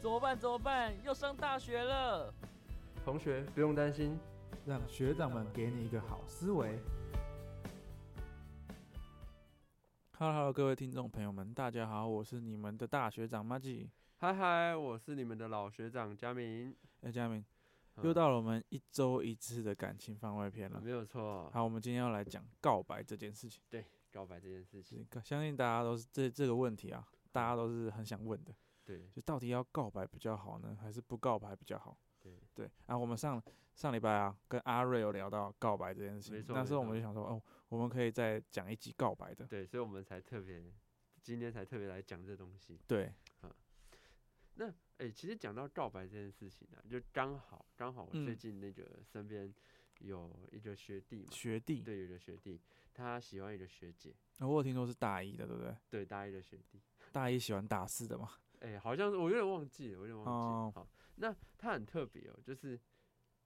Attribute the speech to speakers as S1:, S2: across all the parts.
S1: 怎么办？怎么办？要上大学了！
S2: 同学不用担心，
S3: 让学长们给你一个好思维。
S4: Hello Hello，各位听众朋友们，大家好，我是你们的大学长 Maggie。
S2: 嗨嗨，我是你们的老学长佳明，
S4: 哎，佳明，
S2: 嗯
S4: 又到了我们一周一次的感情番外篇了。
S2: 没有错，
S4: 啊好，我们今天要来讲告白这件事情。
S2: 告白这件事
S4: 这
S2: 情，
S4: 个相信大家都是这这个问题啊，
S2: 嗯
S4: 大家都是很想问的，
S2: 对
S4: 就到底要告白比较好呢，还是不告白比较好？
S2: 对，
S4: 对啊，我们上上礼拜啊，跟阿瑞有聊到告白这件事
S2: 没
S4: 情，
S2: 错
S4: 那
S2: 没
S4: 时候我
S2: 错
S4: 们就想说，哦，我们可以再讲一集告白的。
S2: 对，所以我们才特别，今天才特别来讲这东西。
S4: 对，
S2: 那哎、其实讲到告白这件事情啊，就刚好刚好我
S4: 嗯
S2: 最近那个身边有一个学弟嘛，
S4: 学弟，
S2: 对，有一个学弟，他喜欢一个学姐，
S4: 啊我有听说是大一的，对不对？
S2: 对，大一的学弟，
S4: 大一喜欢大四的嘛。
S2: 哎、好像是我有点忘记了，我有点忘记了。
S4: 哦
S2: 好，那他很特别哦，就是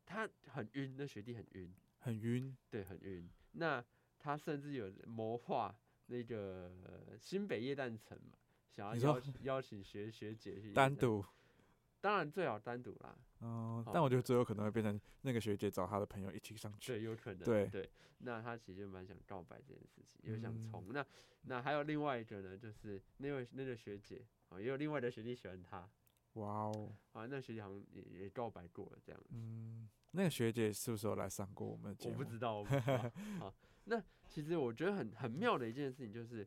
S2: 他很晕，那学弟很晕，
S4: 很晕，
S2: 对，很晕。那他甚至有谋划那个呃新北夜诞城嘛，想要
S4: 你说
S2: 邀邀请学学姐去夜
S4: 单
S2: 诞，
S4: 独，
S2: 当然最好单独啦，
S4: 嗯、
S2: 好
S4: 但我觉得最后可能会变成那个学姐找她的朋友一起上去。
S2: 对，有可能，
S4: 对
S2: 那他其实就蛮想告白这件事情，又想
S4: 嗯
S2: 冲。那那还有另外一个呢，就是那位那个学姐哦，也有另外的学弟喜欢他
S4: 哇哦，
S2: 啊，那学姐好像也也告白过了这样。
S4: 嗯，那个学姐是不是有来上过我们的节
S2: 我
S4: 目？
S2: 不知道，我不 知道。好，那其实我觉得很很妙的一件事情就是，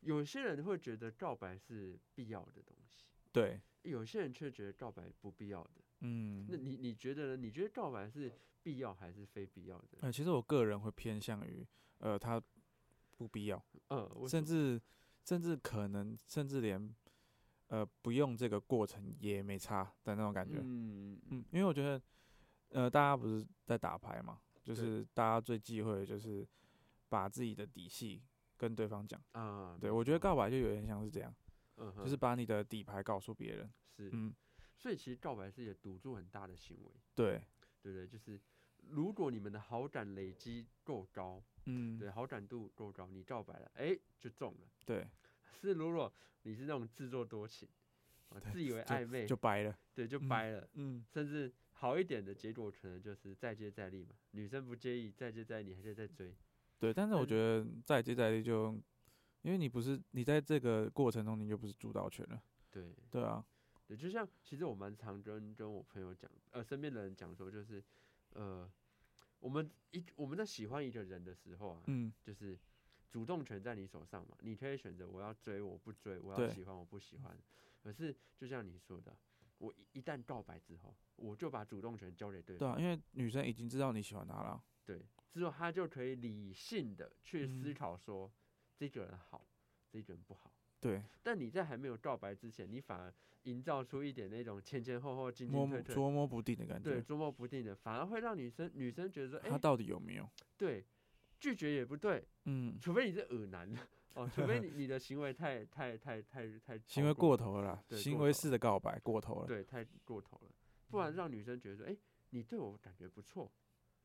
S2: 有些人会觉得告白是必要的东西，
S4: 对，
S2: 有些人却觉得告白不必要的。那
S4: 嗯，
S2: 你你觉得呢？你觉得告白是必要还是非必要的？
S4: 呃，其实我个人会偏向于，呃，她不必要，
S2: 嗯，我
S4: 甚至甚至可能甚至连，呃，不用这个过程也没差的那种感觉。
S2: 嗯嗯
S4: 嗯，因为我觉得，呃，大家不是在打牌嘛，就是大家最忌讳的就是把自己的底细跟对方讲。
S2: 啊，
S4: 对，
S2: 没
S4: 我觉得
S2: 错
S4: 告白就有点像是这样，
S2: 嗯哼
S4: 就是把你的底牌告诉别人。
S2: 是，
S4: 嗯，
S2: 所以其实告白是一个赌注很大的行为，
S4: 对，
S2: 对不对？就是如果你们的好感累积够高，
S4: 嗯，
S2: 对，好啊感度够高，你告白了，哎，就中了。
S4: 对，
S2: 是如果你是那种自作多情，啊，自以为暧昧，
S4: 就掰了。
S2: 对，就
S4: 嗯
S2: 掰了。
S4: 嗯，
S2: 甚至好一点的结果，可能就是再接再厉嘛。女生不介意，再接再厉，还是在追。
S4: 对，但是
S2: 但是
S4: 我觉得再接再厉就，因为你不是你在这个过程中你就不是主导权了。
S2: 对
S4: 对啊，
S2: 对，就像其实我蛮常跟跟我朋友讲，呃，身边的人讲说，就是呃，我们一我们在喜欢一个人的时候啊，
S4: 嗯，
S2: 就是主动权在你手上嘛，你可以选择我要追，我不追，我要
S4: 对
S2: 喜欢，我不喜欢。可是就像你说的，我一一旦告白之后，我就把主动权交给对
S4: 对
S2: 方，
S4: 啊，因为女生已经知道你喜欢她了。
S2: 对之后他就可以理性的去思
S4: 嗯
S2: 考说，这个人好，这个人不好。
S4: 对，
S2: 但你在还没有告白之前，你反而营造出一点那种前前后后、进
S4: 摸
S2: 进
S4: 摸
S2: 退退，
S4: 捉摸不定的感
S2: 对，
S4: 觉，
S2: 捉摸不定的，反而会让女生女生觉得说，哎、
S4: 她到底有没有？
S2: 对，拒绝也不对，
S4: 嗯，
S2: 除非你是恶男 哦，除非你你的行为太太太太太
S4: 行
S2: 超
S4: 为过
S2: 头，
S4: 头了啦，
S2: 对
S4: 行
S2: 过
S4: 为
S2: 头
S4: 式的告白过头了。
S2: 对，太过头了，不然让女生觉得说，哎、你对我感觉不错，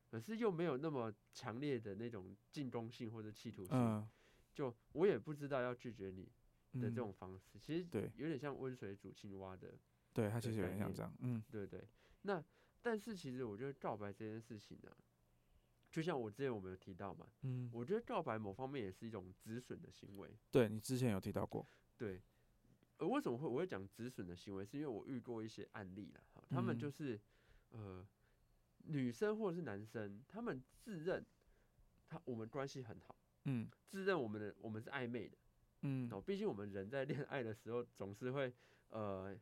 S2: 可是又没有那么强烈的那种进攻性或者企图性，
S4: 嗯，
S2: 就我也不知道要拒绝你的
S4: 嗯
S2: 这种方式，其实
S4: 对
S2: 有点像温水煮青蛙的，
S4: 对，他
S2: 的
S4: 其实有
S2: 概
S4: 点像
S2: 念
S4: 这样。嗯，
S2: 对不对？那但是其实我觉得告白这件事情呢、就像我之前我们有提到嘛，
S4: 嗯，
S2: 我觉得告白某方面也是一种止损的行为，
S4: 对你之前有提到过，
S2: 对，呃，为什么会我会讲止损的行为？是因为我遇过一些案例了，哈他们
S4: 嗯
S2: 就是、呃，女生或者是男生，他们自认他我们关系很好，
S4: 嗯
S2: 自认我们的我们是暧昧的，
S4: 嗯，
S2: 哦，毕竟我们人在恋爱的时候总是会呃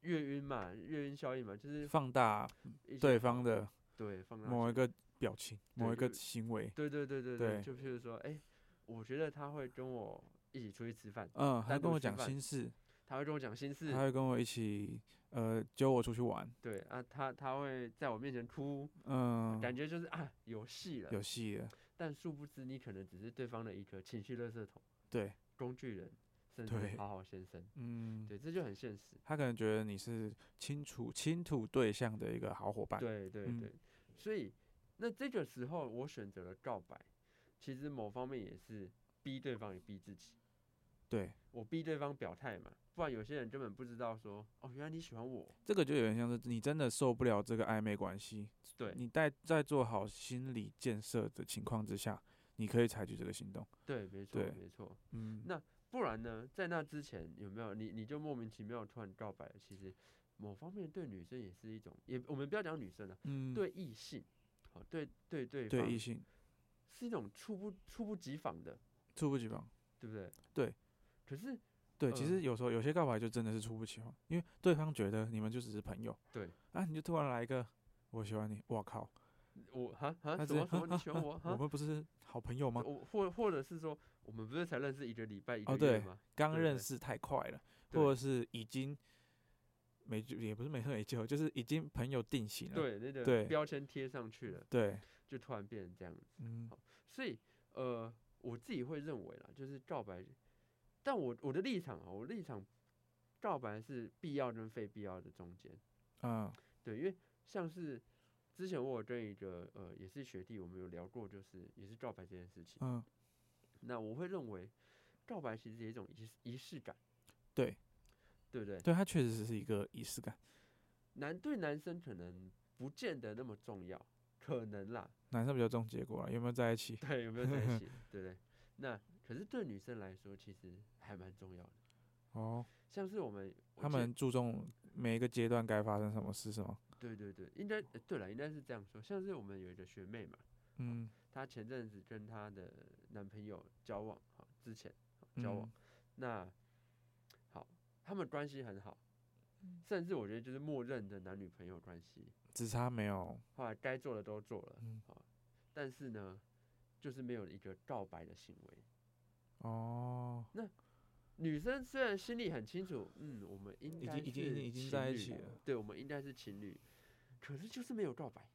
S2: 月晕嘛，月晕效应嘛，就是
S4: 放大
S2: 一些
S4: 对方的
S2: 对放大
S4: 某一
S2: 镜
S4: 个表情、某
S2: 对
S4: 一个
S2: 就
S4: 行为，
S2: 对对对对对，
S4: 对
S2: 就譬如说，哎、我觉得他会跟我一起出去吃饭，
S4: 嗯，他
S2: 单
S4: 跟
S2: 独
S4: 我
S2: 吃
S4: 讲
S2: 饭
S4: 心事，
S2: 他会跟我讲心事
S4: 他，会跟我一起呃揪我出去玩，
S2: 对啊，他他会在我面前哭，
S4: 嗯，
S2: 感觉就是啊有戏了。
S4: 有戏了，
S2: 但殊不知，你可能只是对方的一个情绪垃圾桶、
S4: 对，
S2: 工具人，甚至
S4: 对
S2: 讨好先生。
S4: 嗯，
S2: 对，这就很现实。
S4: 他可能觉得你是倾吐倾吐对象的一个好伙伴，
S2: 对对
S4: 嗯
S2: 对，所以那这个时候我选择了告白，其实某方面也是逼对方也逼自己。
S4: 对，
S2: 我逼对方表态嘛，不然有些人根本不知道说，哦，原来你喜欢我，
S4: 这个就有点像是你真的受不了这个暧昧关系，
S2: 对
S4: 你在在做好心理建设的情况之下，你可以采取这个行动。
S2: 对，没错，
S4: 对
S2: 没错。
S4: 嗯，
S2: 那不然呢，在那之前有没有你你就莫名其妙突然告白了？其实某方面对女生也是一种，也我们不要讲女生了、
S4: 嗯，
S2: 对异性，好、对对对
S4: 对
S2: 方
S4: 异性
S2: 是一种猝不猝不及防的，
S4: 猝不及防。
S2: 对不对？
S4: 对。
S2: 可是
S4: 对，其
S2: 嗯
S4: 实有时候有些告白就真的是猝不及防，因为对方觉得你们就只是朋友，
S2: 对
S4: 啊，你就突然来一个我喜欢你，我靠，
S2: 我哈哈
S4: 那
S2: 什
S4: 直接
S2: 么什么
S4: 啊
S2: 你喜
S4: 啊
S2: 欢 我
S4: 啊
S2: 哈哦
S4: 我？们不是好朋友吗？
S2: 我或或者是说，我们不是才认识一个礼拜一个
S4: 哦
S2: 月
S4: 对
S2: 吗？
S4: 刚
S2: 对
S4: 认
S2: 对
S4: 识太快了，
S2: 对
S4: 或者是已经没救，也不是没没救，就是已经朋友定型了。
S2: 对，那
S4: 对
S2: 个标签贴上去了，
S4: 对，
S2: 就突然变成这样子。
S4: 嗯
S2: 好所以呃，我自己会认为啦，就是告白，但我我的立场啊，我立场告白是必要跟非必要的中间。
S4: 嗯
S2: 对，因为像是之前我有跟一个呃也是学弟，我们有聊过，就是也是告白这件事情。
S4: 嗯，
S2: 那我会认为告白其实也是一种仪仪式感，
S4: 对
S2: 对不对？
S4: 对，它确实是一个仪式感，
S2: 男对男生可能不见得那么重要，可能啦，
S4: 男生比较重结果了，有没有在一起？
S2: 对，有没有在一起，对不对？那可是对女生来说，其实还蛮重要的。
S4: 哦，
S2: 像是我们，我
S4: 他
S2: 记得
S4: 们注重每一个阶段该发生什么事，是吗？
S2: 对对对，应该呃对了，应该是这样说。像是我们有一个学妹嘛，
S4: 嗯，
S2: 她前阵子跟她的男朋友交往，好之前好交往，
S4: 嗯
S2: 那好，他们关系很好，
S4: 嗯
S2: 甚至我觉得就是默认的男女朋友关系，
S4: 只差没有，
S2: 后来该做的都做了，
S4: 嗯，
S2: 但是呢，就是没有一个告白的行为。
S4: 哦，
S2: 女生虽然心里很清楚，嗯，我们应
S4: 已
S2: 该
S4: 经已经已
S2: 是
S4: 经已经
S2: 情
S4: 在一
S2: 侣
S4: 起了，
S2: 对，我们应该是情侣，可是就是没有告白，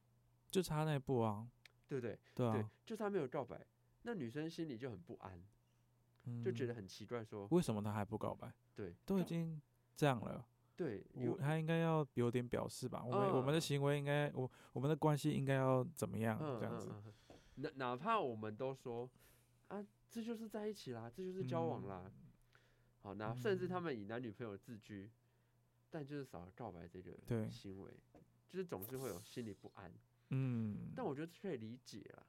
S4: 就差那一步啊，
S2: 对不对？
S4: 对
S2: 对
S4: 啊，，
S2: 就是他没有告白，那女生心里就很不安，就觉得很奇怪说，
S4: 嗯为什么他还不告白？
S2: 对，
S4: 都已
S2: 告
S4: 经这样了，
S2: 对，
S4: 我
S2: 有
S4: 他应该要有点表示吧？我们我们的
S2: 嗯
S4: 行为应该，我我们的关系应该要怎么样？
S2: 嗯
S4: 这样子，
S2: 嗯嗯嗯哪哪怕我们都说啊，这就是在一起啦，这就是交往啦，好，那甚至他
S4: 嗯
S2: 们以男女朋友自居，但就是少了告白这
S4: 对
S2: 个行为，就是总是会有心里不安，
S4: 嗯，
S2: 但我觉得这可以理解啦，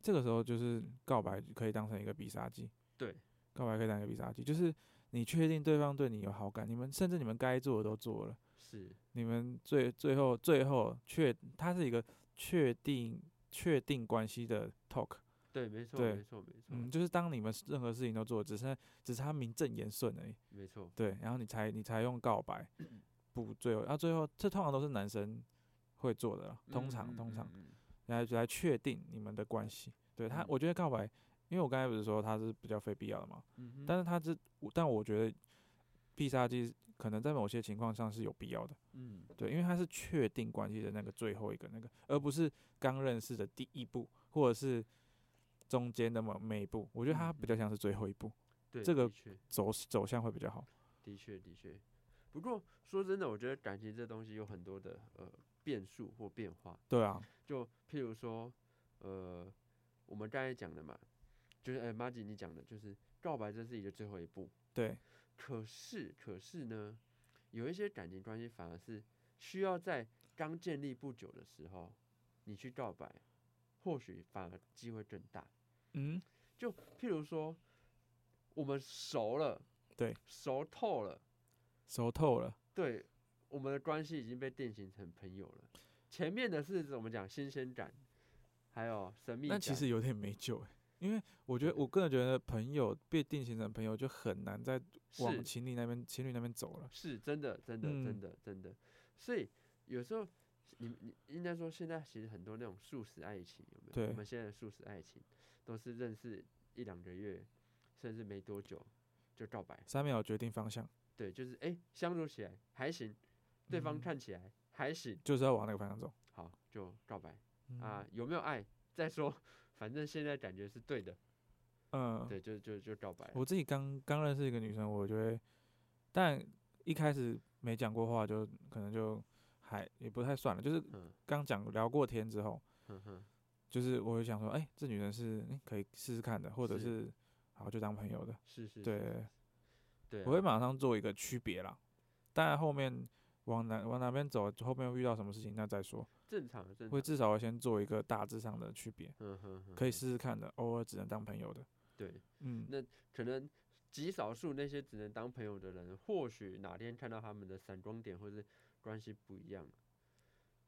S4: 这个时候就是告白可以当成一个必杀技，
S2: 对，
S4: 告白可以当一个必杀技，就是你确定对方对你有好感，你们甚至你们该做的都做了，
S2: 是
S4: 你们最最后最后确，它是一个确定确定关系的 talk，
S2: 对，没错，
S4: 对
S2: 没错，没错，
S4: 嗯，就是当你们任何事情都做了，只是只是他名正言顺而已，
S2: 没错，
S4: 对，然后你才你才用告白
S2: 嗯
S4: 补最后，然后啊最后这通常都是男生会做的啦，通常
S2: 嗯
S4: 通常。，
S2: 嗯嗯嗯
S4: 来来确定你们的关系。对他
S2: 嗯，
S4: 我觉得告白，因为我刚才不是说他是比较非必要的嘛，
S2: 嗯哼
S4: 但是他这，我但我觉得必杀技可能在某些情况上是有必要的，
S2: 嗯，
S4: 对，因为他是确定关系的那个最后一个那个，而不是刚认识的第一步，或者是中间的某每一步。我觉得他
S2: 嗯
S4: 比较像是最后一步，
S2: 对，
S4: 这个
S2: 的确，
S4: 走走向会比较好。
S2: 的确，的确。不过说真的，我觉得感情这东西有很多的呃变数或变化。
S4: 对啊，
S2: 就譬如说，呃，我们刚才讲的嘛，就是哎，马、吉你讲的，就是告白这是你的最后一步。
S4: 对，
S2: 可是，可是呢，有一些感情关系反而是需要在刚建立不久的时候，你去告白，或许反而机会更大。
S4: 嗯，
S2: 就譬如说，我们熟了，
S4: 对，
S2: 熟透了。
S4: 熟透了，
S2: 对，我们的关系已经被定型成朋友了。前面的是怎么讲新鲜感，还有神秘
S4: 那
S2: 感。
S4: 其实有点没救欸因为我觉得，我个人觉得朋友被定型成朋友就很难在往
S2: 是
S4: 情侣那边情侣那边走了。
S2: 是真的，真的，
S4: 嗯
S2: 真的，真的。所以有时候你你应该说，现在其实很多那种素食爱情有没有？
S4: 对
S2: 我们现在的素食爱情都是认识一两个月，甚至没多久就告白。
S4: 三秒决定方向，
S2: 对，就是哎、相处起来还行，对方
S4: 嗯
S2: 看起来还行，
S4: 就是要往那个方向走。
S2: 好就告白
S4: 嗯
S2: 啊。有没有爱再说，反正现在感觉是对的。
S4: 嗯，嗯，
S2: 对，就就就告白了。
S4: 我自己刚刚认识一个女生，我就会，但一开始没讲过话，就可能就还也不太算了。就是
S2: 嗯
S4: 刚讲聊过天之后，
S2: 哼哼，
S4: 就是我会想说，哎、这女人是、哎可以试试看的，或者
S2: 是
S4: 是好就当朋友的。
S2: 是是，是
S4: 对，
S2: 对啊、
S4: 我会马上做一个区别啦。当然后面往哪往哪边走，后面会遇到什么事情那再说，
S2: 正常的正
S4: 会
S2: 常，
S4: 至少会先做一个大致上的区别，
S2: 嗯哼哼，
S4: 可以试试看的，偶尔只能当朋友的，
S2: 对，
S4: 嗯，
S2: 那可能极少数那些只能当朋友的人，或许哪天看到他们的闪光点或是关系不一样，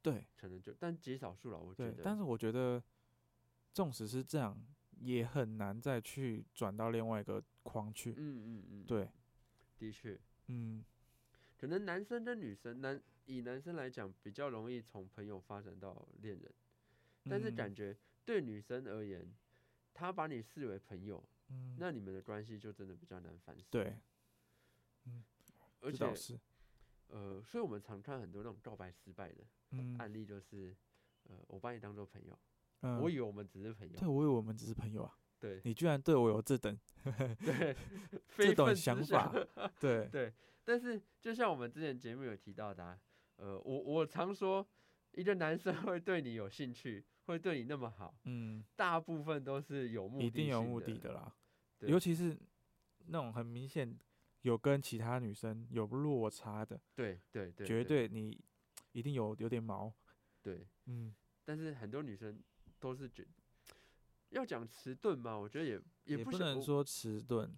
S4: 对
S2: 可能就但极少数了，我觉
S4: 对
S2: 得。。
S4: 但是我觉得，纵使是这样，也很难再去转到另外一个框去，
S2: 嗯嗯嗯，，
S4: 对，
S2: 的确，
S4: 嗯，
S2: 可能男生跟女生，男以男生来讲比较容易从朋友发展到恋人，但是
S4: 嗯
S2: 感觉对女生而言，她把你视为朋友，
S4: 嗯
S2: 那你们的关系就真的比较难反思。，
S4: 对，
S2: 而
S4: 这
S2: 且
S4: 倒是，
S2: 呃，所以我们常看很多那种告白失败的
S4: 嗯，
S2: 案例，就是呃，我把你当做朋友，
S4: 嗯
S2: 啊我以为我们只是朋友，
S4: 对我以为我们只是朋友啊，
S2: 对
S4: 你居然对我有这等
S2: 对，
S4: 这
S2: 非
S4: 种
S2: 分
S4: 想
S2: 之
S4: 法， 对，
S2: 对，但是就像我们之前节目有提到的、啊，呃，我我常说，一个男生会对你有兴趣，会对你那么好，
S4: 嗯，
S2: 大部分都是有目的
S4: 一定有
S2: 性
S4: 目的
S2: 的
S4: 的啦，
S2: 对
S4: 尤其是那种很明显有跟其他女生有落差的，
S2: 对对对，
S4: 绝
S2: 对
S4: 对你一定有有点毛，
S2: 对。
S4: 嗯，
S2: 但是很多女生都是觉要讲迟钝嘛，我觉得也
S4: 也
S2: 不
S4: 不
S2: 是
S4: 能
S2: 我
S4: 说迟钝，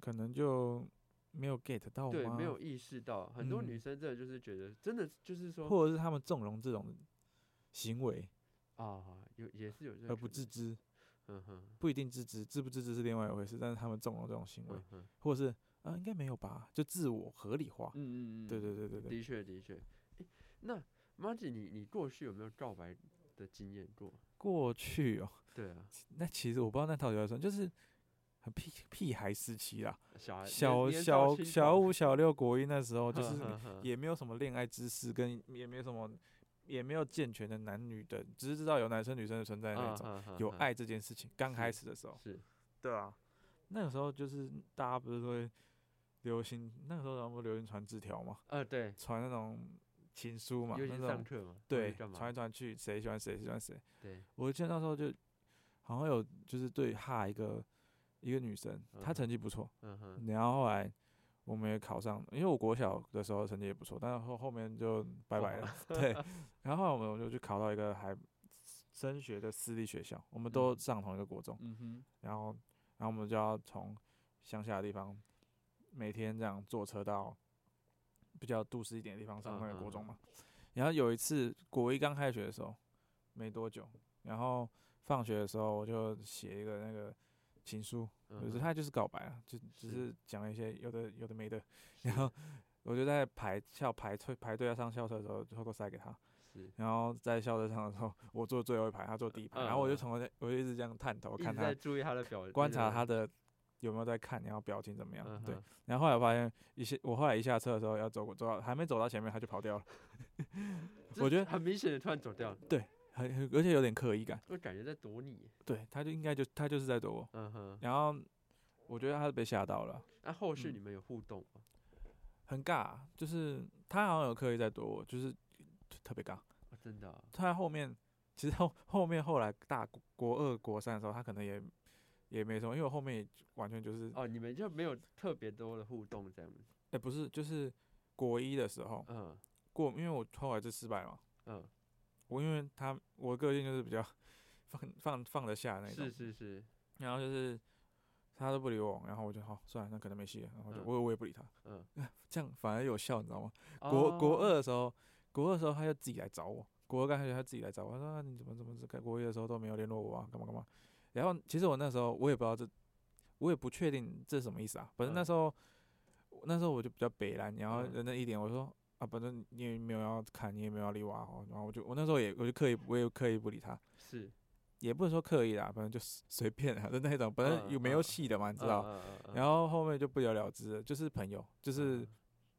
S4: 可能就没有 get 到
S2: 对，
S4: 吗
S2: 没有，意识到，很多女
S4: 嗯
S2: 生真的就是觉得，真的就是说
S4: 或者是他们纵容这种行为
S2: 啊，有也是有这
S4: 而
S2: 个
S4: 不
S2: 可
S4: 自
S2: 能，
S4: 知，
S2: 嗯哼，
S4: 不一定自知，自不自知是另外一回事，但是他们纵容这种行为
S2: 嗯，哼，
S4: 或者是啊、应该没有吧，就自我合理化，
S2: 嗯嗯嗯，
S4: 对对对对对，
S2: 的确，的确。诶那 Margie，你你过去有没有告白的经验过？
S4: 过去哦，
S2: 对啊，
S4: 那其实我不知道那到底有什么，就是很屁屁孩时期啦，
S2: 小孩
S4: 小小小五、小六、国一那时
S2: 嗯
S4: 候，就是
S2: 也
S4: 也没有什么恋爱知识，跟也没有什么，也没有健全的男女的，只是知道有男生女生的存在
S2: 嗯
S4: 那种，有，
S2: 哼哼哼
S4: 爱这件事情。刚开
S2: 是
S4: 始的时候
S2: 哼，是
S4: 对啊，那个时候就是大家不是会流行，那个时候然后流行传纸条嘛，
S2: 呃对，
S4: 传那种情书嘛，
S2: 尤其
S4: 那
S2: 是上
S4: 种
S2: 课嘛，或者
S4: 对，
S2: 干
S4: 传来
S2: 嘛？
S4: 传去，谁喜欢谁，谁喜欢谁。
S2: 对，
S4: 我记得那时候就好像有就是对哈一个一个女生，她
S2: 嗯
S4: 成绩不错，
S2: 嗯哼，
S4: 然后后来我们也考上了，因为我国小的时候成绩也不错，但是后后面就拜拜了，
S2: 哦
S4: 对。然后后来我们我就去考到一个还升学的私立学校，我们都
S2: 嗯
S4: 上同一个国中，
S2: 嗯哼，
S4: 然后然后我们就要从乡下的地方每天这样坐车到比较都市一点的地方上那个
S2: 嗯
S4: 国中
S2: 嗯嗯
S4: 嘛。然后有一次国一刚开学的时候，没多久，然后放学的时候我就写一个那个情书，可
S2: 嗯
S4: 是
S2: 哼
S4: 他就是告白啊，就只
S2: 是
S4: 是讲了一些有的有的没的，
S2: 是
S4: 然后我就在排校排队排队要上校车的时候，偷偷塞给他，
S2: 是
S4: 然后在校车上的时候，我坐最后一排，他坐第一排，然后我就从我我就一直这样探头
S2: 嗯一
S4: 看
S2: 直在
S4: 他，
S2: 注意他的表，
S4: 观
S2: 那
S4: 察
S2: 个
S4: 他，的有没有在看，然后表情怎么样
S2: 嗯，
S4: 对
S2: 哼，，
S4: 然后后来我发现一些我后来一下车的时候要走过走到还没走到前面他就跑掉了，
S2: 这
S4: 我觉得
S2: 嗯很明显的突然走掉了，
S4: 很很而且有点刻意感，
S2: 我感觉在躲你，
S4: 对，他就应该就他就是在躲我，
S2: 嗯哼，
S4: 然后我觉得他是被吓到了。
S2: 那后续
S4: 嗯
S2: 你们有互动吗？
S4: 很尬啊、就是他好像有刻意在躲我，就是特特别尬。
S2: 哦真的啊，
S4: 他后面其实后后面后来大国国二国三的时候，他可能也也没什么，因为我后面也完全就是哎、
S2: 哦，你们就没有特别多的互动这样子，
S4: 不是就是国一的时候
S2: 嗯
S4: 过，因为我后来就失败了嘛，
S2: 嗯，
S4: 我因为他我个性就是比较放放放得下那种，
S2: 是是是，
S4: 然后就是他都不理我，然后我就好、算了，那可能没戏了，然后就、
S2: 嗯
S4: 我也我也不理他，
S2: 嗯，
S4: 这样反而有效，你知道吗？国国
S2: 哦
S4: 二的时候，国二的时候他就自己来找我。国二刚开始他自己来找我，他说、啊、你怎么怎么在国一的时候都没有联络我啊，干嘛干嘛。然后其实我那时候我也不知道这，我也不确定这是什么意思啊。反正
S2: 嗯
S4: 那时候、那时候我就比较北蓝，然后
S2: 嗯
S4: 人那一点我说啊，反正你也没有要看，你也没有要理我啊。然后我就我那时候也我就刻意我也刻意不理他，
S2: 是，
S4: 也不能说刻意啦，反正就随随便啊，就那种，反正
S2: 嗯
S4: 有没有
S2: 嗯
S4: 戏的嘛，你知道。
S2: 嗯，嗯嗯
S4: 然后后面就不了了之了，就是朋友，就是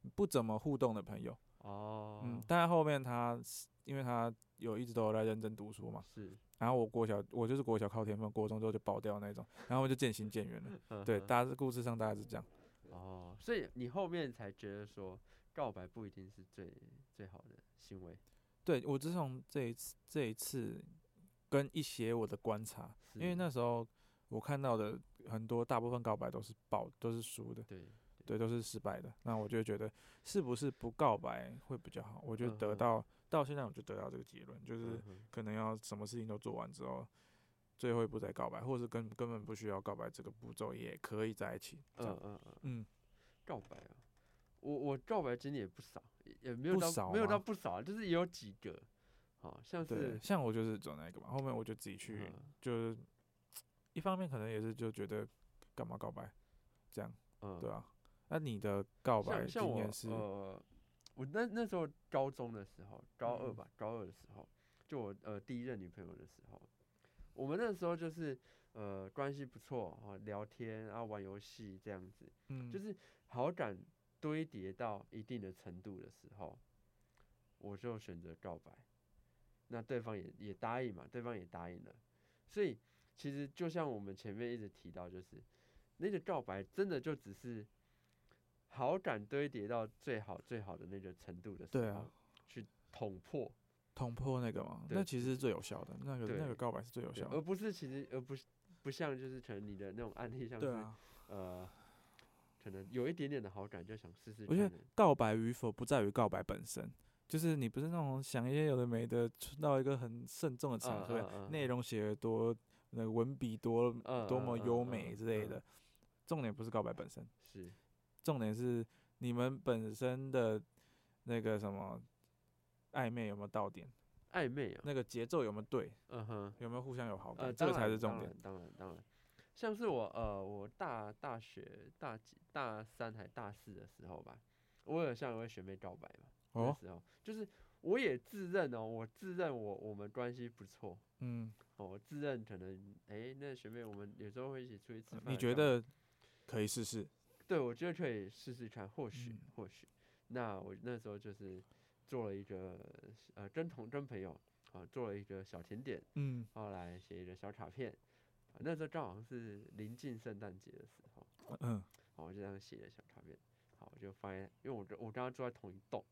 S2: 嗯
S4: 不怎么互动的朋友。
S2: 哦，
S4: 嗯，但后面他是因为他有一直都有在认真读书嘛，
S2: 哦是，
S4: 然后我国小我就是国小靠天分，国中之后就爆掉那种，然后我们就渐行渐远 了。对，
S2: 嗯
S4: 大家是故事上大家是这样，
S2: 哼哦，所以你后面才觉得说告白不一定是最最好的行为，
S4: 对我自从这一次这一次跟一些我的观察，因为
S2: 是
S4: 那时候我看到的很多大部分告白都是爆都是输的，
S2: 对，对
S4: 对，都是失败的。那我就会觉得是不是不告白会比较好？我就
S2: 嗯
S4: 得
S2: 哼
S4: 到、到现在我就得到这个结论，就是
S2: 嗯哼
S4: 可能要什么事情都做完之后，最后一步再告白，或者是根根本不需要告白这个步骤也可以在一起。这样
S2: 嗯嗯嗯，
S4: 嗯，
S2: 告白啊，我我告白经历也不少，也也没有
S4: 不
S2: 到
S4: 少
S2: 没有到
S4: 吗
S2: 不少啊，就是也有几个，好像
S4: 对，
S2: 是
S4: 像我就是走那个嘛，后面我就自己去，
S2: 嗯
S4: 就是一方面可能也是就觉得干嘛告白，这样
S2: 嗯
S4: 对啊。那你的告白
S2: 像像
S4: 经
S2: 我
S4: 验是，
S2: 呃，我那那时候高中的时候，高二
S4: 嗯
S2: 吧，高二的时候，就我呃第一任女朋友的时候，我们那时候就是呃关系不错啊，聊天啊玩游戏这样子，
S4: 嗯，
S2: 就是好感堆叠到一定的程度的时候，我就选择告白，那对方也也答应嘛，对方也答应了，所以其实就像我们前面一直提到，就是那个告白真的就只是好感堆叠到最好最好的那个程度的时候，
S4: 对啊，
S2: 去捅破，
S4: 捅破那个嘛，
S2: 对
S4: 那其实是最有效的，那个那
S2: 对
S4: 个告白是最有
S2: 对呃
S4: 效
S2: 而
S4: 的。
S2: 不是其实而不是不像就是可能你的那种案例，像是、
S4: 对啊，
S2: 呃。可能有一点点的好感，就想试试。
S4: 我觉得告白与否不在于告白本身，就是你不是那种想一些有的没的，到一个很慎重的场合，
S2: 嗯嗯
S4: 内容写的多，那个文笔多
S2: 嗯
S4: 多么
S2: 嗯嗯
S4: 优
S2: 嗯
S4: 美
S2: 嗯
S4: 之类的，重点不是告白本身，
S2: 是
S4: 重点是你们本身的那个什么暧昧有没有到点，
S2: 暧昧啊，
S4: 那个节奏有没有对，
S2: 嗯哼，
S4: 有没有互相有好
S2: 呃，
S4: 感，这个
S2: 当
S4: 才
S2: 然
S4: 是重
S2: 当
S4: 点
S2: 然。当然，当然，像是我呃，我大大学大几大三还大四的时候吧，我有向一位学妹告白嘛，那
S4: 哦，
S2: 时候就是我也自认哦，我自认我我们关系不错
S4: 嗯，
S2: 哦，我自认可能诶，那学妹我们有时候会一起出去吃饭，
S4: 呃
S2: 啊
S4: 你觉
S2: 干嘛？
S4: 得可以试试？
S2: 对，我觉得可以试试看，或许、
S4: 嗯
S2: 或许。那我那时候就是做了一个呃，跟同跟朋友啊、做了一个小甜点。
S4: 嗯，
S2: 后来写一个小卡片，啊那时候正好是临近圣诞节的时候，
S4: 嗯，
S2: 好，我就这样写了小卡片，好，我就放在，因为我跟我跟他住在同一栋，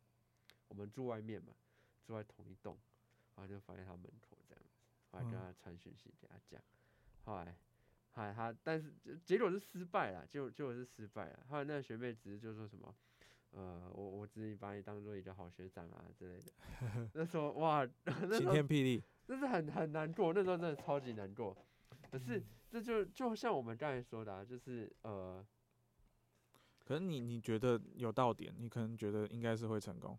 S2: 我们住外面嘛，住在同一栋，然后就放在他门口这样子，后来跟
S4: 嗯
S2: 他传讯息给他讲，后来。后来他，但是结结果是失败了，结果结果是失败了。后来那个学妹只是就说什么，呃，我我只是把你当做一个好学长啊之类的。那时候哇， 那时
S4: 晴
S2: 候
S4: 天霹雳。
S2: 真是很很难过，那时候真的超级难过。可是这就就像我们刚才说的、啊，就是呃，
S4: 可是你你觉得有到点，你可能觉得应该是会成功，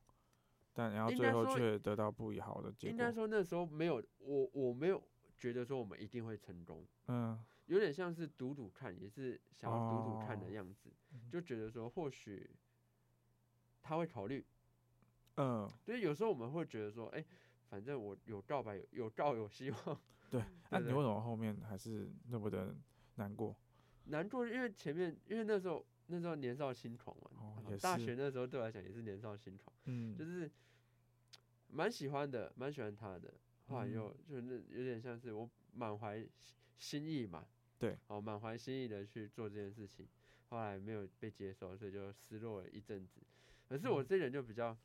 S4: 但然后
S2: 应
S4: 最
S2: 该
S4: 后
S2: 说
S4: 却得到不以好的结
S2: 应该
S4: 果。
S2: 说那时候没有我，我没有觉得说我们一定会成功，
S4: 嗯，
S2: 有点像是赌赌看，也是想要赌赌看的
S4: 哦
S2: 样子，
S4: 嗯
S2: 就觉得说或许他会考虑。
S4: 嗯，
S2: 就是有时候我们会觉得说，哎、反正我有告白，有有告有希望。
S4: 对。
S2: 对
S4: 那、你
S2: 对
S4: 为什么后面还是那么的难过？
S2: 难过，因为前面因为那时候那时候年少轻狂嘛，
S4: 哦
S2: 啊
S4: 也
S2: 大
S4: 是
S2: 学那时候对我来讲也是年少轻狂。
S4: 嗯，
S2: 就是蛮喜欢的，蛮喜欢他的。后来
S4: 嗯
S2: 又就那有点像是我满怀心心意嘛，
S4: 对，
S2: 哦，满怀心意的去做这件事情，后来没有被接受，所以就失落了一阵子。可是我
S4: 嗯
S2: 这人就比较，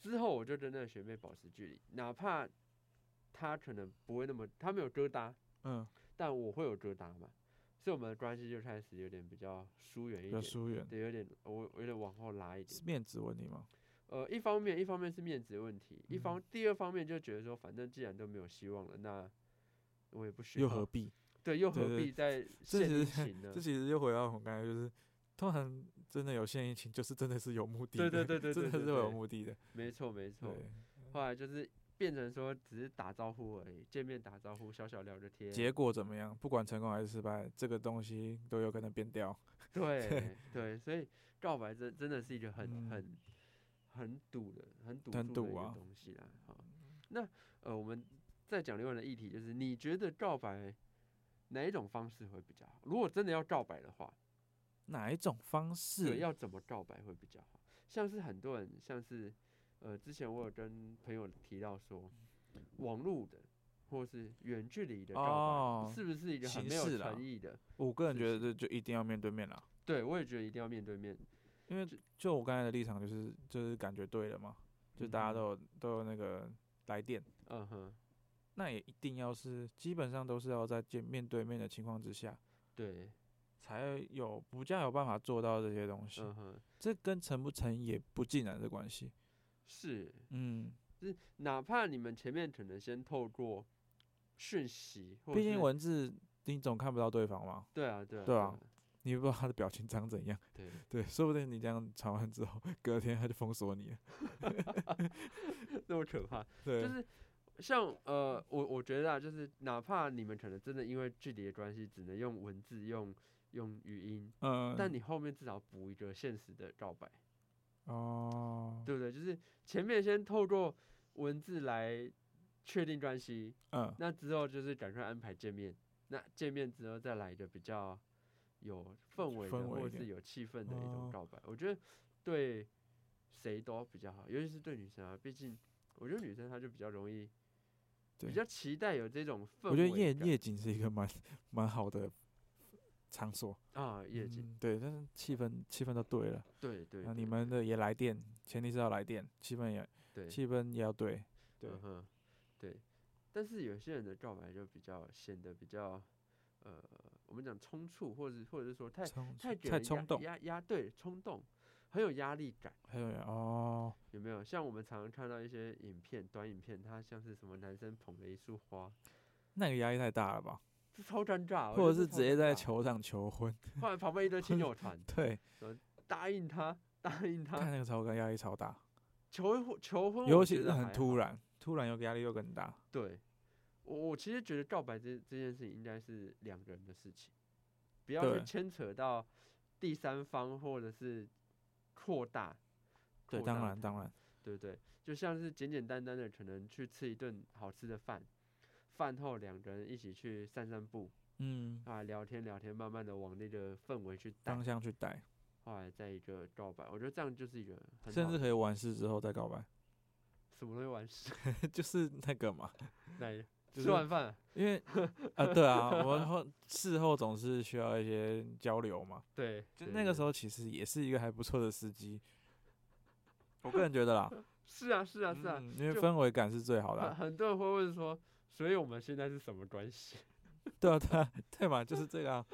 S2: 之后我就跟那个学妹保持距离，哪怕她可能不会那么，她没有疙瘩，
S4: 嗯，
S2: 但我会有疙瘩嘛，所以我们的关系就开始有点比较疏远一
S4: 比较
S2: 点，
S4: 疏远，
S2: 对，有点我我有点往后拉一点
S4: 是。面子问题吗？
S2: 呃，一方面一方面是面子的问题，一
S4: 嗯
S2: 方第二方面就觉得说，反正既然都没有希望了，那我也不需
S4: 又何
S2: 要，
S4: 必？
S2: 对，又
S4: 对
S2: 何
S4: 对
S2: 必再
S4: 这
S2: 献殷
S4: 其
S2: 勤呢
S4: 这？其实又回到我们刚才，就是通常真的有献殷勤，就是真的是有目的
S2: 对
S4: 的，
S2: 对对对对
S4: 真的
S2: 对
S4: 是会有
S2: 对
S4: 目的的。
S2: 没错没错。
S4: 对，
S2: 后来就是变成说，只是打招呼而已，见面打招呼，小小聊个天。
S4: 结果怎么样？不管成功还是失败，这个东西都有可能变掉。
S2: 对对，所以告白真真的是一个很、
S4: 嗯
S2: 很很赌的、很赌
S4: 很
S2: 注的
S4: 赌
S2: 一个
S4: 啊
S2: 东西啦。好，那呃，我们再讲另外的议题，就是你觉得告白哪一种方式会比较好？如果真的要告白的话，
S4: 哪一种方式
S2: 对，要怎么告白会比较好？像是很多人，像是呃，之前我有跟朋友提到说，网络的或是远距离的告白，
S4: 哦
S2: 是不是一个很
S4: 形
S2: 没有
S4: 式啦
S2: 诚意的？
S4: 我个人
S2: 是
S4: 觉得就一定要面对面啦，
S2: 对，我也觉得一定要面对面。
S4: 因为
S2: 就
S4: 就我刚才的立场就是就是感觉对了嘛，就大家
S2: 嗯哼
S4: 都有、都有那个来电，
S2: 嗯哼，
S4: 那也一定要是基本上都是要在见面对面的情况之下，
S2: 对，
S4: 才有比较有办法做到这些东西。
S2: 嗯哼，
S4: 这跟成不成也不尽然的关系。
S2: 是，
S4: 嗯，
S2: 就是哪怕你们前面可能先透过讯息，或
S4: 嗯毕
S2: 是
S4: 竟文字你总看不到对方嘛，
S2: 对啊，对啊，
S4: 对啊，你也不知道他的表情长怎样。
S2: 对，啊
S4: 对，说不定你这样传完之后，隔天他就封锁你了。
S2: 那么可怕。
S4: 对，
S2: 就是像呃，我我觉得啊，就是哪怕你们可能真的因为距离的关系，只能用文字、用用语音，
S4: 嗯，
S2: 但你后面至少补一个现实的告白，
S4: 哦，
S2: 对不对？就是前面先透过文字来确定关系，
S4: 嗯，
S2: 那之后就是赶快安排见面，那见面之后再来一个比较有氛围的
S4: 氛围
S2: 或者
S4: 一
S2: 是
S4: 点
S2: 有气氛的一种
S4: 哦
S2: 告白，我觉得对谁都比较好，尤其是对女生啊，毕竟我觉得女生她就比较容易。
S4: 对
S2: 比较期待有这种氛围感。
S4: 我觉得夜夜景是一个蛮蛮好的场所。
S2: 啊，夜景，
S4: 嗯对，但是气氛气氛都对了，
S2: 对对对
S4: 那你们的也来电，前提是要来电，气氛也
S2: 对，
S4: 气氛也要对。对
S2: 嗯哼，对。但是有些人的告白就比较显得比较，呃，我们讲冲促，或者或者是说太
S4: 冲
S2: 太给
S4: 太
S2: 人压
S4: 冲动，
S2: 压压对冲动，很有压力感，
S4: 还有哦，
S2: 有没有？像我们常常看到一些影片，短影片，它像是什么男生捧了一束花，
S4: 那个压力太大了吧？
S2: 这超尴尬，我觉
S4: 或
S2: 得
S4: 者
S2: 这
S4: 是
S2: 超
S4: 直接
S2: 尴
S4: 在
S2: 尬，
S4: 球场求婚，
S2: 后来旁边一堆亲友团
S4: 对，
S2: 答应他，答应他
S4: 看那个超跟压力超大，
S2: 求婚求婚，
S4: 尤其是
S2: 很
S4: 很突然，突然又压力又更大。
S2: 对，我我其实觉得告白这这件事情应该是两个人的事情，不要去
S4: 对
S2: 牵扯到第三方或者是扩大。
S4: 对，
S2: 扩
S4: 当
S2: 大
S4: 然当
S2: 它，
S4: 然，
S2: 对不对？就像是简简单单的，可能去吃一顿好吃的饭，饭后两个人一起去散散步
S4: 嗯，
S2: 啊，聊天聊天，慢慢的往那个氛围去带
S4: 方，向去带，
S2: 后来再一个告白，我觉得这样就是一个很
S4: 甚
S2: 好
S4: 至
S2: 的
S4: 可以完事之后再告白，
S2: 什么都会完事。
S4: 就是那个嘛，
S2: 哪一个吃
S4: 就是
S2: 完饭
S4: 因为啊，对啊，我们后事后总是需要一些交流嘛。
S2: 对，
S4: 就
S2: 对
S4: 那个
S2: 对
S4: 时候，其实也是一个还不错的 时机。我个人觉得啦，
S2: 是啊是啊 是啊，
S4: 嗯，因为
S2: 就
S4: 氛围感是最好的
S2: 很
S4: 啊。
S2: 很多人会问说，所以我们现在是什么关系？
S4: 对啊，对啊，对嘛，就是这个啊。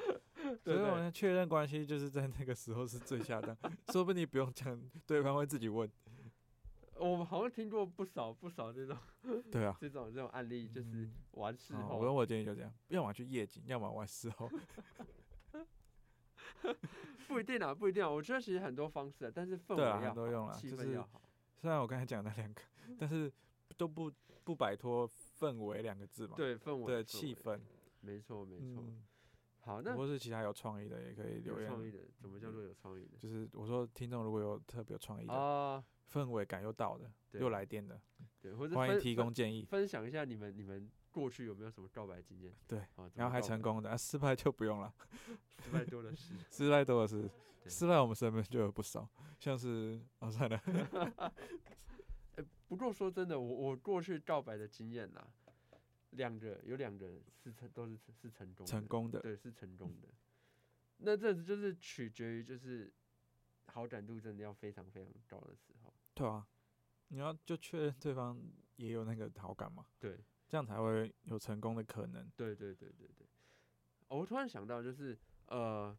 S2: 对
S4: 所以
S2: 不
S4: 我
S2: 对
S4: 们确认关系就是在那个时候是最恰当， 说不定不用讲，对方会自己问。
S2: 我们好像听过不少不少这种
S4: 对啊，
S2: 这种这种案例，就是哦
S4: 嗯
S2: 完事
S4: 好
S2: 后，
S4: 我我建议就这样，要么去夜景，要么玩事后。
S2: 不一定啊，不一定啊。我觉得其实很多方式啊，但是氛围
S4: 对啊
S2: 要
S4: 很多
S2: 好
S4: 用啦
S2: 气
S4: 就
S2: 氛
S4: 是
S2: 要好。
S4: 虽然我刚才讲那两个，但是都不不摆脱氛围两个字嘛。
S2: 对氛围，
S4: 对，
S2: 氛围，
S4: 气氛，
S2: 没错没错。
S4: 嗯
S2: 好，那
S4: 或是其他有创意的也可以留
S2: 有
S4: 言。啊
S2: 创意的怎么叫做有创意的？
S4: 就是我说听众如果有特别有创意的、
S2: 啊，
S4: 氛围感又到的，
S2: 对
S4: 又来电的，
S2: 对，或者
S4: 欢迎
S2: 分
S4: 提
S2: 分
S4: 供建议。
S2: 分享一下你们你们过去有没有什么告白经验？
S4: 对
S2: 啊，怎
S4: 然
S2: 么
S4: 后还
S2: 告
S4: 成
S2: 白，
S4: 功的，啊、失败就不用了，
S2: 失败多的是。
S4: 失败多的是，
S2: 对
S4: 失败我们身边就有不少，像是哦算了，
S2: 呃不过说真的，我我过去告白的经验啦，两个有两个是成都是是成功的
S4: 成功的，
S2: 对，是成功的。那这就是取决于就是好感度真的要非常非常高的时候，
S4: 对啊，你要就确认对方也有那个好感嘛，
S2: 对
S4: 这样才会有成功的可能。
S2: 对对对对对。哦我突然想到，就是呃，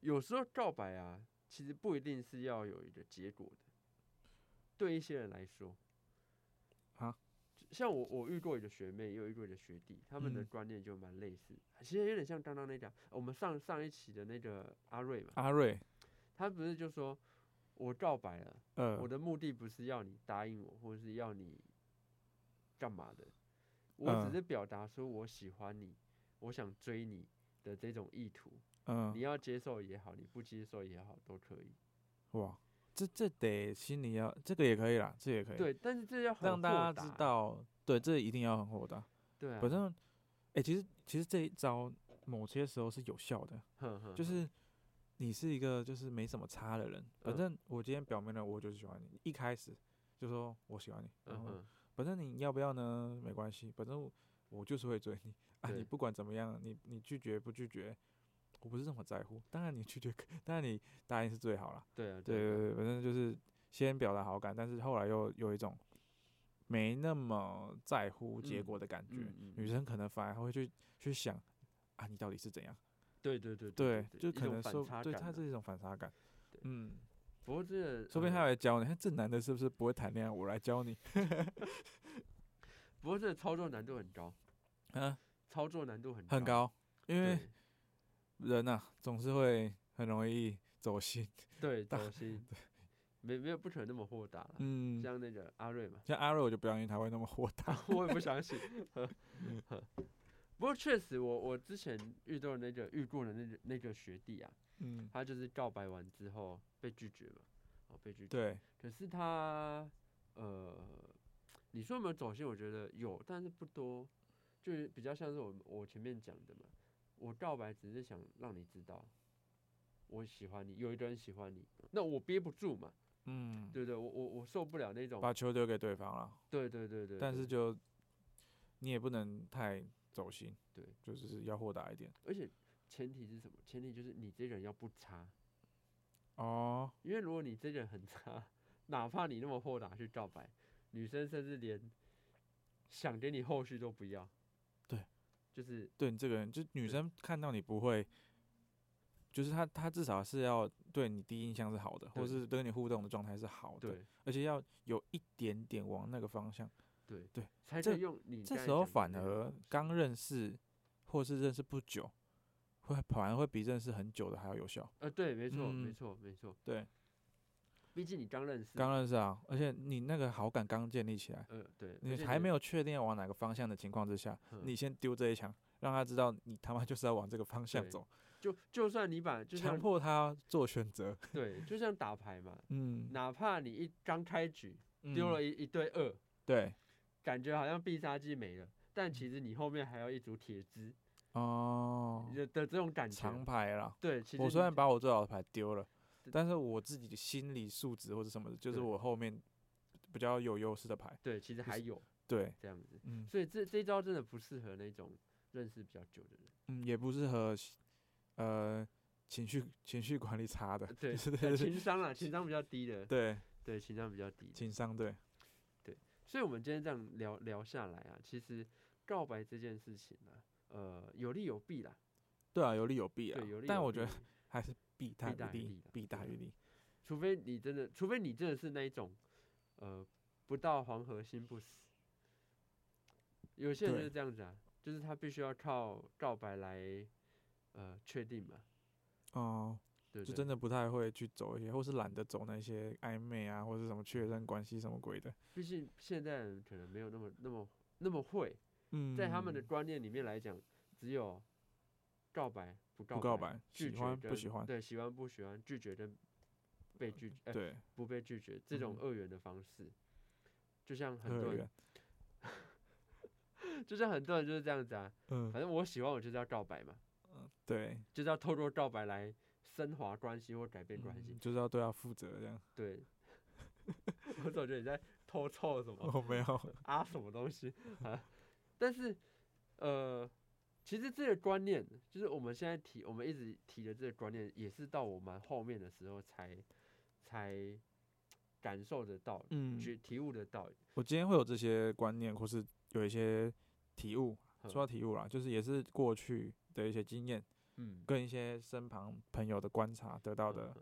S2: 有时候告白啊，其实不一定是要有一个结果的。对一些人来说，
S4: 啊，
S2: 像我我遇过一个学妹，也有遇过一个学弟，他们的
S4: 嗯
S2: 观念就蛮类似，其实有点像刚刚那讲，我们上上一期的那个阿瑞嘛，
S4: 阿瑞，
S2: 他不是就说我告白了，
S4: 呃，
S2: 我的目的不是要你答应我，或是要你干嘛的，我只
S4: 嗯
S2: 是表达说我喜欢你，我想追你的这种意图，
S4: 嗯、
S2: 你要接受也好，你不接受也好都可以。
S4: 哇，这这得心里要，这个也可以啦，这也可以，
S2: 对，但是这要很
S4: 让大
S2: 豁
S4: 家知
S2: 达，
S4: 道，对，这一定要很豁达。
S2: 对啊，
S4: 反正，哎、其实其实这一招某些时候是有效的，
S2: 哼嗯哼
S4: 就
S2: 哼
S4: 是你是一个就是没什么差的人，反
S2: 嗯
S4: 正我今天表明了我就是喜欢你，一开始就说我喜欢你，然
S2: 嗯
S4: 后
S2: 哼，
S4: 反正你要不要呢？没关系，反正我我就是会追你啊，
S2: 对
S4: 你不管怎么样，你你拒绝不拒绝，我不是那么在乎。当然你拒绝可，当然你答应是最好啦。
S2: 对啊，
S4: 对
S2: 啊
S4: 对对，反正就是先表达好感，但是后来又有一种没那么在乎结
S2: 嗯
S4: 果的感觉。
S2: 嗯嗯
S4: 女生可能反而会去去想啊，你到底是怎样？
S2: 对对对
S4: 对，
S2: 对
S4: 就
S2: 一
S4: 可
S2: 种
S4: 能
S2: 反
S4: 说
S2: 差
S4: 对
S2: 感
S4: 他
S2: 啊
S4: 是一种反差感
S2: 对。
S4: 嗯，
S2: 不过这个
S4: 说不定他
S2: 呃
S4: 来教你，看这男的是不是不会谈恋爱，我来教你
S2: 不过这个操作难度很高，
S4: 啊，
S2: 操作难度很
S4: 很
S2: 高，
S4: 高，因为
S2: 对
S4: 人呐、总是会很容易走 心。
S2: 对
S4: 大
S2: 走心，没没有不可能那么豁达了。
S4: 嗯，
S2: 像那个阿瑞嘛，
S4: 像阿瑞，我就不相信他会那么豁达。
S2: 我也不相信。嗯不过确实我，我之前遇到的那个遇过的那个那个学弟啊，
S4: 嗯，
S2: 他就是告白完之后被拒绝嘛，哦被拒绝。
S4: 对，
S2: 可是他呃，你说有没有走心？我觉得有，但是不多，就是比较像是我我前面讲的嘛。我告白只是想让你知道我喜欢你，有一个人喜欢你，那我憋不住嘛，
S4: 嗯，
S2: 对不对？我我我受不了那种，
S4: 把球丢给对方了，
S2: 对对对对。
S4: 但
S2: 对
S4: 是就你也不能太走心，
S2: 对，
S4: 就是要豁达一点。
S2: 而且前提是什么？前提就是你这个人要不差，
S4: 哦，
S2: 因为如果你这个人很差，哪怕你那么豁达去告白，女生甚至连想给你后续都不要。
S4: 对，
S2: 就是
S4: 对你这个人，就女
S2: 对
S4: 生看到你不会，就是她她至少是要对你第一印象是好的，或
S2: 对
S4: 是对你互动的状态是好的，
S2: 对
S4: 而且要有一点点往那个方向。
S2: 对
S4: 对，
S2: 才
S4: 这
S2: 可以用你
S4: 这
S2: 刚才
S4: 时候
S2: 讲的
S4: 反
S2: 那个
S4: 而
S2: 东西
S4: 刚认识或是认识不久，会反而会比认识很久的还要有效。
S2: 呃，对，没错，没
S4: 嗯
S2: 错，没错，
S4: 对，
S2: 毕竟你刚认识，
S4: 刚认识啊，而且你那个好感刚建立起来，
S2: 呃，对，
S4: 你还没
S2: 有
S4: 有确定要往哪个方向的情况之下，
S2: 嗯
S4: 你先丢这一枪，让他知道你他妈就是要往这个方向
S2: 对
S4: 走，
S2: 就就算你把就
S4: 强
S2: 像
S4: 迫他做选择。
S2: 对，就像打牌嘛，
S4: 嗯，
S2: 哪怕你一刚开局丢
S4: 嗯
S2: 了一一对二，
S4: 对
S2: 感觉好像必杀技没了，但
S4: 嗯
S2: 其实你后面还有一组铁枝
S4: 哦，
S2: 的的这种感
S4: 长
S2: 觉。
S4: 牌啦。
S2: 对，其实
S4: 我虽
S2: 你
S4: 然把我最好的牌丢了
S2: 对，
S4: 但是我自己的心理素质或者什么的，就是
S2: 对
S4: 我后面比较有优势的牌。
S2: 对其实还有
S4: 对，
S2: 这样子，
S4: 嗯
S2: 所以这这一招真的不适合那种认识比较久的人。
S4: 嗯，也不适合喜呃情绪情绪管理差的
S2: 呃，对，
S4: 就是
S2: 呃
S4: 对对
S2: 情商啊，情商比较低的，
S4: 对
S2: 对，情商比较低的。
S4: 情商对，
S2: 所以，我们今天这样聊聊下来啊，其实告白这件事情啊，呃，有利有弊啦。
S4: 对啊，有利有弊啊
S2: 对，有利有弊。
S4: 但我觉得还是弊大
S2: 大于
S4: 于利
S2: 利啦，
S4: 弊大
S2: 对啊
S4: 于利。
S2: 除非你真的，除非你真的是那一种，呃，不到黄河心不死。有些人就是
S4: 对
S2: 这样子啊，就是他必须要靠告白来，呃，确定嘛，
S4: 哦，
S2: 对不
S4: 就
S2: 对？
S4: 真的不太会去走一些，或是懒得走那些暧昧啊，或是什么确认关系什么鬼的。
S2: 毕竟现代人可能没有那么那么那么会，
S4: 嗯，
S2: 在他们的观念里面来讲，只有告白不告
S4: 不告白，
S2: 拒
S4: 喜
S2: 绝
S4: 欢不
S2: 跟
S4: 喜欢，
S2: 对，喜欢不喜欢，拒绝跟被拒，哎、
S4: 对，
S2: 不被拒绝这种
S4: 嗯
S2: 二元的方式，就像 很
S4: 二
S2: 多人
S4: 元，，
S2: 就像很多人就是这样子啊。
S4: 嗯，
S2: 反正我喜欢，我就是要告白嘛，
S4: 对，
S2: 就是要透过告白来升华关系或改变关系
S4: 嗯。就是要对他负责这样。
S2: 对， 我总觉得你在偷凑什么
S4: 我没有，
S2: 啊什么东西啊，但是呃。其实这个观念，就是我们现在提，我们一直提的这个观念，也是到我们后面的时候才才感受得到、
S4: 嗯，
S2: 觉体悟得到。
S4: 我今天会有这些观念，或是有一些体悟。
S2: 嗯
S4: 说到体悟啦，就是也是过去的一些经验，
S2: 嗯，
S4: 跟一些身旁朋友的观察得到
S2: 好
S4: 的，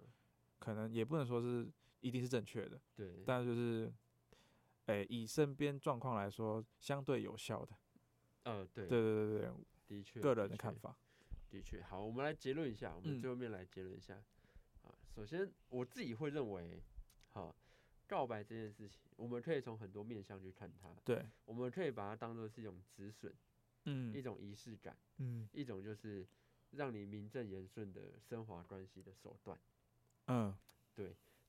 S4: 可能也不能说是一定是正确的，
S2: 对，
S4: 但就是，诶、以身边状况来说，相对有效的。
S2: 呃，对，
S4: 对对对对
S2: 的确，
S4: 对，个人的看
S2: 确，
S4: 法。
S2: 的确。好，我们来结论一下，我们
S4: 嗯
S2: 最后面来结论一下。啊，首先我自己会认为，好，告白这件事情，我们可以从很多面向去看它，
S4: 对，
S2: 我们可以把它当做是一种止损，一
S4: 嗯
S2: 种仪式感，
S4: 嗯
S2: 一种就是让你名正言顺的升华关系的手段。
S4: 嗯，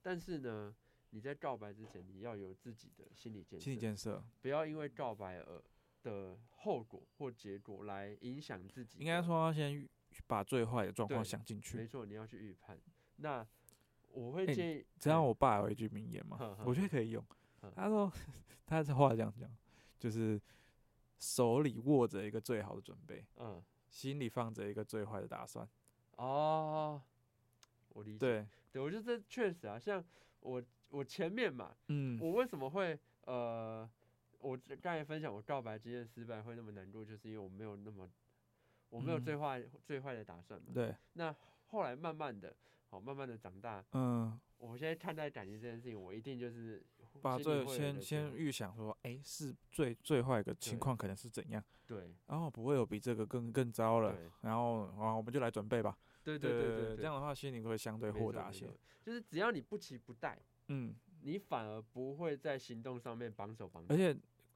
S2: 但是呢，你在告白之前，你要有自己的心理建
S4: 心理
S2: 设，
S4: 建设
S2: 不要因为告白而的后果或结果来影响自己。
S4: 应该说要先预把最坏的状况
S2: 对
S4: 想进
S2: 没
S4: 去。
S2: 错，你要去预判。那我会
S4: 哎
S2: 建议，
S4: 知道我爸有一句名言嘛
S2: 哼，
S4: 我觉
S2: 哼
S4: 得可以用
S2: 哼。
S4: 他说，他的话这样讲，就是手里握着一个最好的准备，
S2: 嗯，
S4: 心里放着一个最坏的打算。
S2: 哦，我理解，
S4: 对，
S2: 对我觉得这确实啊，像我我前面嘛，
S4: 嗯，
S2: 我为什么会呃，我这刚才分享我告白经验失败会那么难过，就是因为我没有那么，我没有
S4: 嗯
S2: 最坏、最坏的打算嘛。
S4: 对，
S2: 那后来慢慢的，好，慢慢的长大，
S4: 嗯，
S2: 我现在看待感情这件事情，我一定就是
S4: 把
S2: 心里会
S4: 最
S2: 有
S4: 先
S2: 的
S4: 先
S2: 结
S4: 预想说，哎、是最最坏的情
S2: 对
S4: 况可能是怎样，
S2: 对
S4: 然后不会有比这个更更糟了
S2: 对，
S4: 然后啊，我们就来准备吧。
S2: 对对对对，
S4: 这样的话心里会相对
S2: 没
S4: 豁
S2: 错
S4: 达
S2: 没
S4: 些
S2: 错。就是只要你不期不待，
S4: 嗯，
S2: 你反而不会在行动上面绑手绑脚
S4: 而。且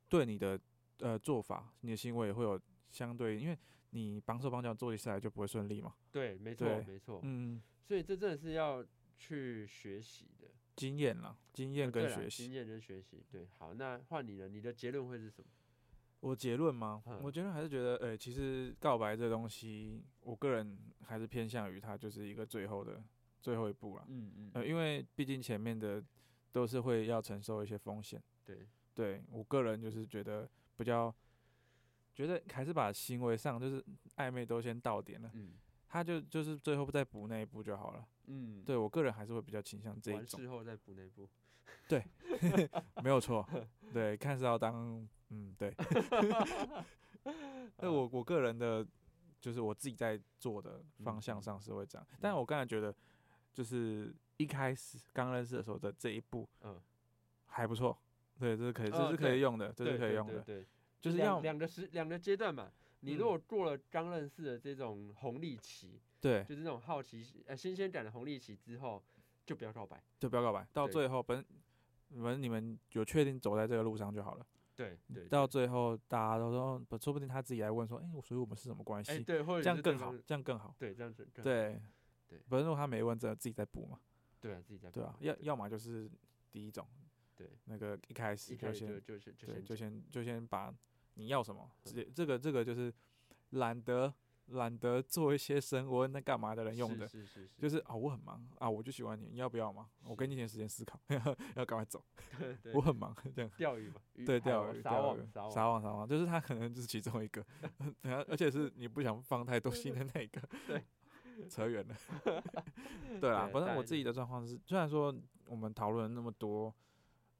S4: 对你的呃做法、你的行为也会有相对，因为你绑手绑脚做起来就不会顺利嘛。
S2: 对，没错
S4: 对
S2: 没错。
S4: 嗯，
S2: 所以这真的是要去学习的，
S4: 经验啦，经验
S2: 呃
S4: 跟
S2: 对啦
S4: 学
S2: 经
S4: 习。
S2: 验跟学习。对，好，那换你了，你的结论会是什么？
S4: 我结论吗？我
S2: 嗯
S4: 结论还是觉得，呃，其实告白这东西，我个人还是偏向于它就是一个最后的最后一步啦。
S2: 嗯嗯
S4: 呃，因为毕竟前面的都是会要承受一些风险。
S2: 对，
S4: 对我个人就是觉得比较，觉得还是把行为上就是暧昧都先到点了，
S2: 嗯
S4: 他就就是最后再补那一步就好了。
S2: 嗯，
S4: 对我个人还是会比较倾向这一
S2: 完
S4: 种，
S2: 事后再补那部。
S4: 没 有错。对，看是要当，嗯，对。那
S2: 啊
S4: 我我个人的，就是我自己在做的方
S2: 嗯
S4: 向
S2: 嗯
S4: 上是会这样，但
S2: 嗯
S4: 我刚才觉得，就是一开始刚认识的时候的这一步
S2: 嗯，
S4: 还不错，对，这是可以，这
S2: 哦
S4: 是可
S2: 对
S4: 以用的，这
S2: 对
S4: 是可以
S2: 对
S4: 用
S2: 对
S4: 的，
S2: 对，
S4: 就是
S2: 两
S4: 要
S2: 两个时两个阶段嘛。你如
S4: 嗯
S2: 果过了刚认识的这种红利期，
S4: 对。
S2: 就是那种好奇呃新鲜感的红利期之后，就不要告白。
S4: 就不要告白，到
S2: 对
S4: 最后本你们你们有确定走在这个路上就好了。
S2: 对对，
S4: 到最后大家都说，哦不说不定他自己来问说，哎、我所以我们是什么关系？
S2: 哎对，或者
S4: 这样
S2: 是
S4: 更
S2: 对
S4: 好
S2: 方，
S4: 这样更好。
S2: 对，这样子更好
S4: 对，
S2: 对
S4: 不是如果他没问，真的自己在补嘛？
S2: 对啊，自己在
S4: 对
S2: 补
S4: 啊，
S2: 嘛
S4: 要要么就是第一种，
S2: 对
S4: 那个一开始
S2: 一
S4: 就
S2: 开始
S4: 先
S2: 就就是就
S4: 对，
S2: 先
S4: 就
S2: 讲
S4: 先就先把你要什么，直
S2: 嗯
S4: 接这个这个就是懒得懒得做一些深我问那干嘛的人用
S2: 是
S4: 的，
S2: 是是 是，
S4: 就是啊、我很忙啊，我就喜欢你，你要不要嘛？我给你一点时间思考， 要赶快走，
S2: 对对
S4: 我很忙 这样。
S2: 钓鱼嘛，鱼
S4: 对，
S2: 海
S4: 钓
S2: 王
S4: 鱼，
S2: 撒
S4: 钓
S2: 网
S4: 鱼，
S2: 撒
S4: 撒网，撒网，就是他可能就是其中一 个， 然后而且是你不想放太多心的那一个，
S2: 对，
S4: 扯远 了，对啦，
S2: 对
S4: 反
S2: 大
S4: 正
S2: 概就
S4: 我自己的状况是，虽然说我们讨论了那么多，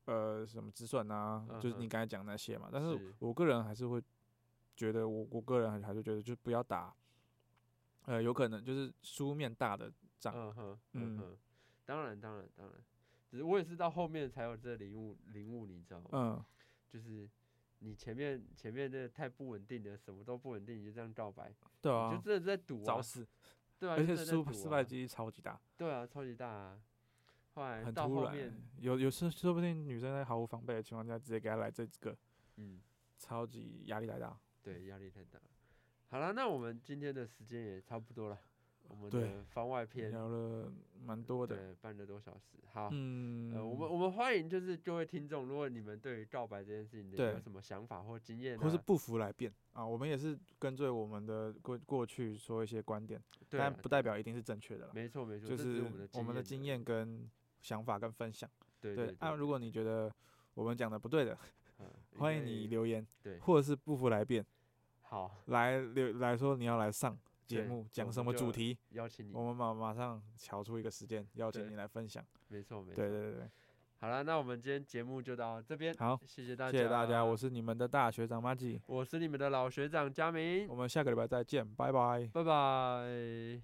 S4: 呃，什么止损啊，就是
S2: 嗯
S4: 你
S2: 哼
S4: 刚才讲那些嘛，但是
S2: 是
S4: 我个人还是会觉得，我我个人还还是觉得，就不要打，呃，有可能就是书面大的仗，
S2: 嗯哼
S4: 嗯
S2: 嗯哼，当然当然当然，只是我也是到后面才有这领悟领悟，你知道吗？
S4: 嗯，
S2: 就是你前面前面那个太不稳定了，什么都不稳定，你就这样告白，你
S4: 对
S2: 就
S4: 啊，
S2: 真的在赌啊
S4: 找，死，
S2: 对啊，
S4: 而
S2: 就真
S4: 且
S2: 的在
S4: 失
S2: 赌
S4: 失败
S2: 啊
S4: 几率超级大。
S2: 对啊，超级大啊。后来
S4: 很
S2: 到
S4: 突
S2: 后
S4: 然欸
S2: 面，，
S4: 有有时说不定女生在毫无防备的情况下，直接给他来这个，
S2: 嗯，
S4: 超级压力太大。
S2: 对，压力太大了。好了，那我们今天的时间也差不多了，我们
S4: 对
S2: 的番外篇
S4: 聊了蛮多的，
S2: 对半个多小时。好，
S4: 嗯，
S2: 呃，我们我们欢迎就是各位听众，如果你们对于告白这件事情
S4: 对
S2: 有什么想法或经验、啊，
S4: 或是不服来辩啊，我们也是跟随我们的过过去说一些观点，
S2: 对啊、
S4: 但不代表一定是正确的啦，
S2: 没错没错，
S4: 就
S2: 这只是
S4: 是
S2: 我们的
S4: 我们的经
S2: 经
S4: 验跟想法跟分享。
S2: 对
S4: 对
S2: 对，
S4: 啊，如果你觉得我们讲的不对的，
S2: 嗯
S4: 欢
S2: 因
S4: 迎你
S2: 为
S4: 留言，
S2: 对
S4: 或者是不服来辩，
S2: 好
S4: 来留来说你要来上节
S2: 对
S4: 目，讲
S2: 我
S4: 什
S2: 们
S4: 么主
S2: 就
S4: 题，
S2: 邀请你
S4: 我，们马马上瞧出一个时间，邀请
S2: 对
S4: 你来分享。
S2: 没错没错，
S4: 对对对对，
S2: 好了，那我们今天节目就到这边，
S4: 好，
S2: 谢谢大家，
S4: 谢谢大家，我是你们的大学长马吉，
S2: 我是你们的老学长佳明
S4: 我，们下个礼拜再见，拜拜。
S2: 拜拜。